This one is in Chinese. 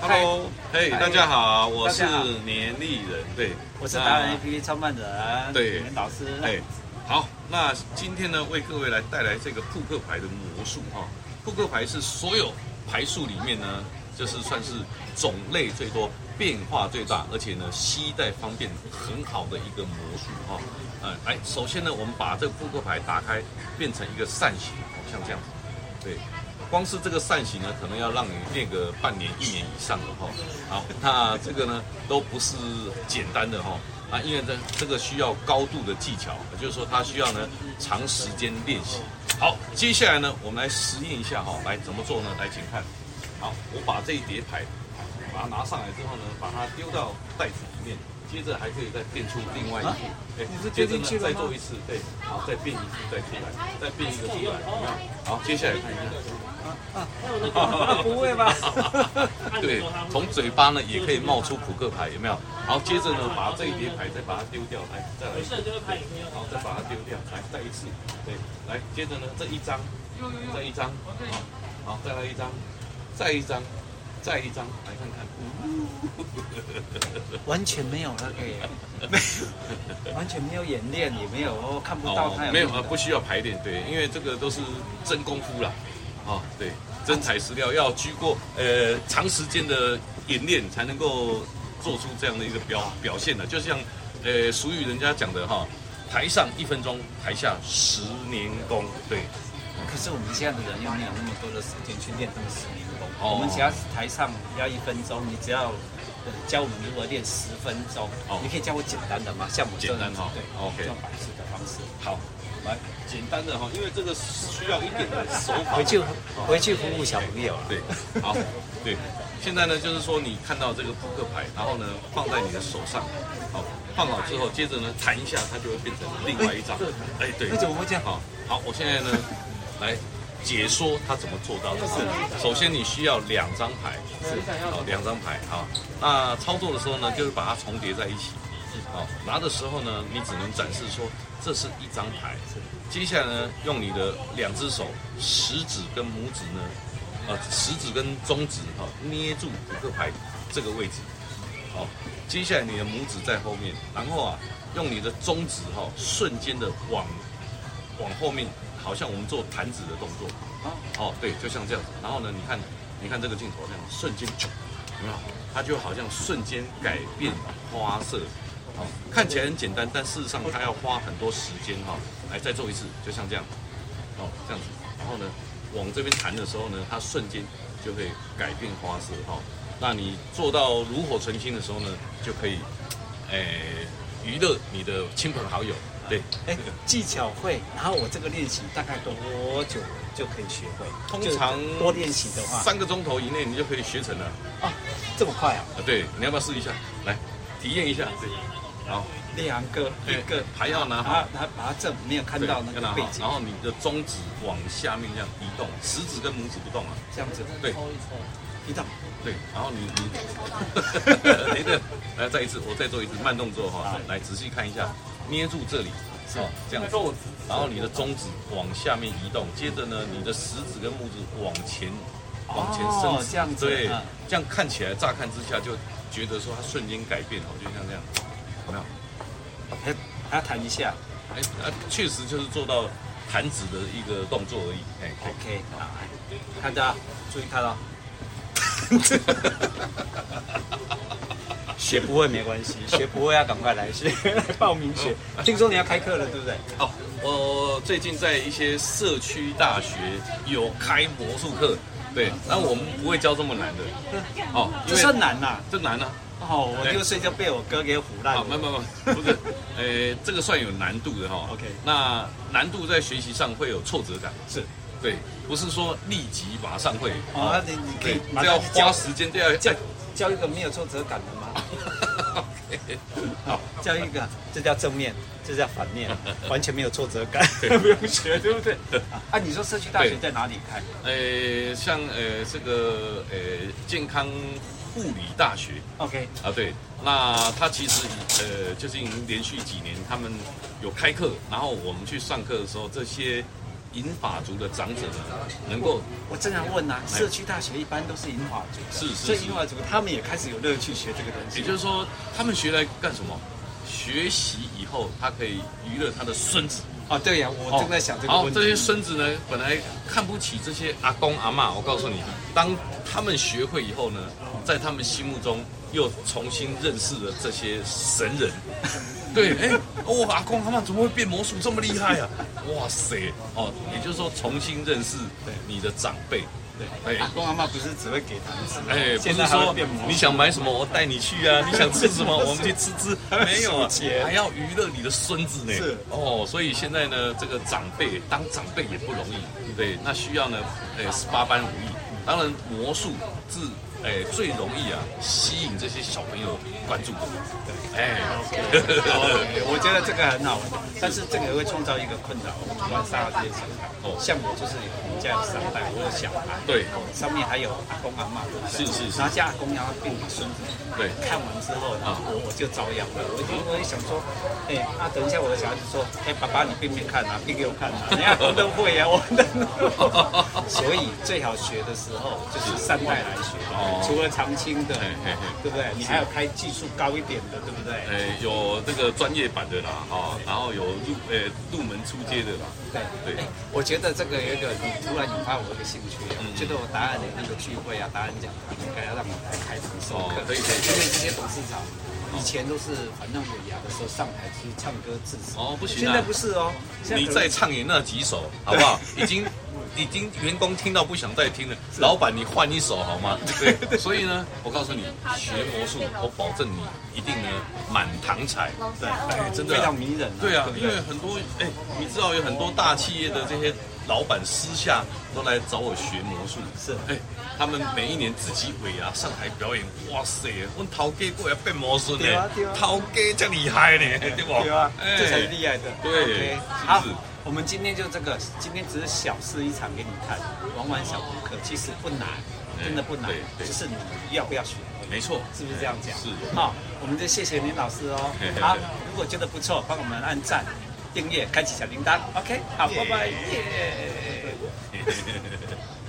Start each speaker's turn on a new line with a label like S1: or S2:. S1: Hello，嘿、
S2: 嗨
S1: 大家好，我是
S2: 大家好
S1: 年历人，对，
S2: 我是达人
S1: 那
S2: APP 创办人，
S1: 对
S2: 李明老师。
S1: 哎，好，那今天呢，为各位来带来这个扑克牌的魔术哈、扑克牌是所有牌数里面呢，就是算是种类最多、变化最大，而且呢携带方便很好的一个魔术哈、呃，来，首先呢，我们把这个扑克牌打开，变成一个扇形，好像这样子。对，光是这个扇形呢，可能要让你练个半年、一年以上的哈、好，那这个呢都不是简单的哈、啊，因为这这个需要高度的技巧，也就是说它需要呢长时间练习。好，接下来呢，我们来实验一下哈、来怎么做呢？来，请看。好，我把这一叠牌，把它拿上来之后呢，把它丢到袋子里面，接着还可以再变出另外一
S2: 啊
S1: 叠。哎、
S2: 你是
S1: 接
S2: 丢
S1: 着呢
S2: 进去了
S1: 再
S2: 吗
S1: 做一次，对，好，再变一次，再出来，再变一个出来，有没有？好，接下来看一下。
S2: 不会 吧
S1: 对，从嘴巴呢也可以冒出扑克牌，有没有？好，接着呢把这一叠牌再把它丢掉，来，再来一次，好，再把它丢掉，来，再一次，对，来，接着呢这一张，再一张，好，好，再来一张，再一张，再一张，来看看，
S2: 完全没有那个耶，完全没有演练，也没有哦看不到他有
S1: 没有
S2: 什
S1: 啊，
S2: 么
S1: 不需要排练，对，因为这个都是真功夫啦，哦，对，真材实料，要经过呃长时间的演练才能够做出这样的一个表表现的，就像呃俗语人家讲的哈，台上一分钟，台下十年功，对，
S2: 可是我们现在的人又没有那么多的时间去练这么十年功。
S1: 哦
S2: 我们只要是台上要一分钟，你只要呃教我们如何练十分钟。
S1: 哦
S2: 你可以教我简单的吗？像我这样
S1: 简
S2: 子
S1: 单哦
S2: 对
S1: OK
S2: 这种摆式的方式。
S1: 好，来简单的哈，因为这个需要一点点手法
S2: 回。去回去服务小朋友啊。
S1: 对，好，对。现在呢，就是说你看到这个扑克牌，然后呢放在你的手上，好，放好之后，接着呢弹一下，它就会变成另外一张。哎，对，
S2: 那怎么会这样
S1: 好，好，我现在呢来解说它怎么做到的。是，首先你需要两张牌，是，好，两张牌，好。那操作的时候呢，就是把它重叠在一起。好，拿的时候呢，你只能展示说这是一张牌。接下来呢，用你的两只手，食指跟拇指呢，呃，食指跟中指哈、捏住扑克牌这个位置。好，接下来你的拇指在后面，然后啊，用你的中指哈、瞬间的往往后面，好像我们做弹指的动作。
S2: 啊，
S1: 哦，对，就像这样子。然后呢，你看，你看这个镜头这样，瞬间，啾有没有？它就好像瞬间改变花色。好，看起来很简单，但事实上它要花很多时间哈、来，再做一次，就像这样，哦，这样子。然后呢，往这边弹的时候呢，它瞬间就会改变花色哈、那你做到炉火纯青的时候呢，就可以，诶、娱乐你的亲朋好友。对，
S2: 哎，技巧会，然后我这个练习大概多久就可以学会？
S1: 通常
S2: 就多练习的话，
S1: 三个钟头以内你就可以学成了。
S2: 啊，这么快啊！
S1: 啊，对，你要不要试一下？来，体验一下。对，好，
S2: 两个一
S1: 对
S2: 个，
S1: 牌要拿好
S2: 把它把它正没有看
S1: 对
S2: 到那
S1: 要
S2: 个
S1: 拿
S2: 背
S1: 啊好，
S2: 景
S1: 然，后你的中指往下面这样移动，食指跟拇指不动啊。
S2: 这样子
S1: 对
S2: 移动。
S1: 对，然后你你， 等一下，来再一次，我再做一次慢动作哈
S2: 好，
S1: 来仔细看一下，捏住这里，哦，这样子，然后你的中指往下面移动，接着呢，你的食指跟拇指往前往前伸
S2: 哦
S1: 直，
S2: 这样子
S1: 对
S2: 嗯，
S1: 这样看起来乍看之下就觉得说它瞬间改变哦，就像这样，有没有？
S2: 还还要弹一下
S1: 哎，啊，确实就是做到弹指的一个动作而已。哎，可以
S2: ，OK，好，哎看大家注意 看哦，学不会没关系，学不会要赶快 来学报名学。听说你要开课了，对不对？
S1: 哦，我最近在一些社区大学有开魔术课，对，但我们不会教这么难的。哦，因
S2: 嗯这
S1: 为
S2: 算难呐！
S1: 这难啊！
S2: 哦，我六岁就被我哥给唬烂
S1: 啊，没。
S2: 了
S1: 没没，不是， 呃，这个算有难度的哈。
S2: OK
S1: 那难度在学习上会有挫折感，
S2: 是
S1: 对，不是说立即马上会。
S2: 哦，那你你可
S1: 对
S2: 以，马
S1: 这要
S2: 上
S1: 花
S2: 教
S1: 时间，对，要
S2: 教教一个没有挫折感的吗？
S1: OK，好。
S2: 教一个，这叫正面，这叫反 面，完全没有挫折感，
S1: 对
S2: 不用学，对 不对？啊，你说社区大学在哪里开？
S1: 呃，像呃这个呃健康护理大学
S2: OK，
S1: 啊，对，那它其实呃就是已经连续几年他们有开课，然后我们去上课的时候，这些银法族的长者呢，能够
S2: 我正要问啊，社区大学一般都是银发族的，
S1: 哎是是
S2: 所以
S1: 是
S2: 银发族他们也开始有乐趣学这个东西，
S1: 也就是说，他们学来干什么？学习以后，他可以娱乐他的孙子。
S2: 哦，对呀、我正在想这个
S1: 好，
S2: 问
S1: 哦这些
S2: 题。
S1: 孙子呢，本来看不起这些阿公阿嬷，我告诉你，当他们学会以后呢，在他们心目中又重新认识了这些神 人。对，哎、我、阿公阿嬷怎么会变魔术这么厉害啊？哇塞，哦，也就是说重新认识你的长辈。对，哎
S2: 阿公阿妈不是只会给糖吃，
S1: 哎，不
S2: 现
S1: 是
S2: 在还会
S1: 说
S2: 变魔术
S1: 你想买什么，我带你去 啊；你想吃什么，我们去吃吃。没有啊
S2: 数钱，
S1: 还要娱乐你的孙子呢。
S2: 是
S1: 哦，所以现在呢，这个长辈当长辈也不容易，对，那需要呢，哎，十八般武艺。当然，魔术是哎最容易啊，吸引这些小朋友关注的。哎，
S2: 对我觉得这个很好玩，但是这个也会创造一个困扰，我们晚上这些小孩。
S1: 哦
S2: 像我就是我们家有三代，我有小孩，
S1: 对
S2: 上面还有阿公阿妈，
S1: 是是是
S2: 然后家阿公阿妈变给孙子，
S1: 对
S2: 看完之后呢
S1: 啊，
S2: 我我就遭殃了，我就我也想说，哎，啊，等一下我的小孩子说，哎，爸爸你并没看啊，并给我 看啊，人家都都会啊，我都会，啊所以最好学的时候就是三代来学
S1: 哦，
S2: 除了长青的
S1: 嘿嘿嘿，
S2: 对不对？你还有开技术高一点的，对不对？
S1: 哎，有这个专业版的啦，哈，然后有入哎入门出街的啦。
S2: 对
S1: 对
S2: 哎我觉得这个有一个，你突然引发我一个兴趣啊！
S1: 嗯
S2: 我觉得我答案的那个聚会啊，答案讲堂应该要让我来开堂授课
S1: 哦，可以可以
S2: 因为这些董事长以前都是反正尾牙的时候上台去唱歌致辞，
S1: 哦不行啊
S2: 现在不是哦，现
S1: 你
S2: 可能
S1: 再唱演那几首，好不好？ 已经已经员工听到不想再听了，老板你换一首好吗？对，所以呢，我告诉你，学魔术，我保证你一定呢满堂彩。
S2: 对，
S1: 哎，真的
S2: 非
S1: 啊、
S2: 常迷人啊，
S1: 对啊，
S2: 不
S1: 因为很多哎，你知道有很多大企业的这些老板私下都来找我学魔术，
S2: 是
S1: 哎，他们每一年自己尾牙上台表演，哇塞，我头家过来变魔术呢
S2: 对啊对啊，
S1: 头家这么厉害呢，对不？
S2: 对啊，
S1: 哎
S2: 这才是厉害的。
S1: 对
S2: OK，
S1: 是不是
S2: 好，我们今天就这个，今天只是小试一场给你看，玩玩小扑克，其实不难，
S1: 哎
S2: 真的不难
S1: 对，对
S2: 就是你要不要学而已
S1: 没错，
S2: 是不是这样讲？
S1: 是。
S2: 好，我们就谢谢林老师哦
S1: 嘿嘿。嘿
S2: 好，如果觉得不错，帮我们按赞、订阅、开启小铃铛。OK，好，拜拜。耶
S1: Yeah.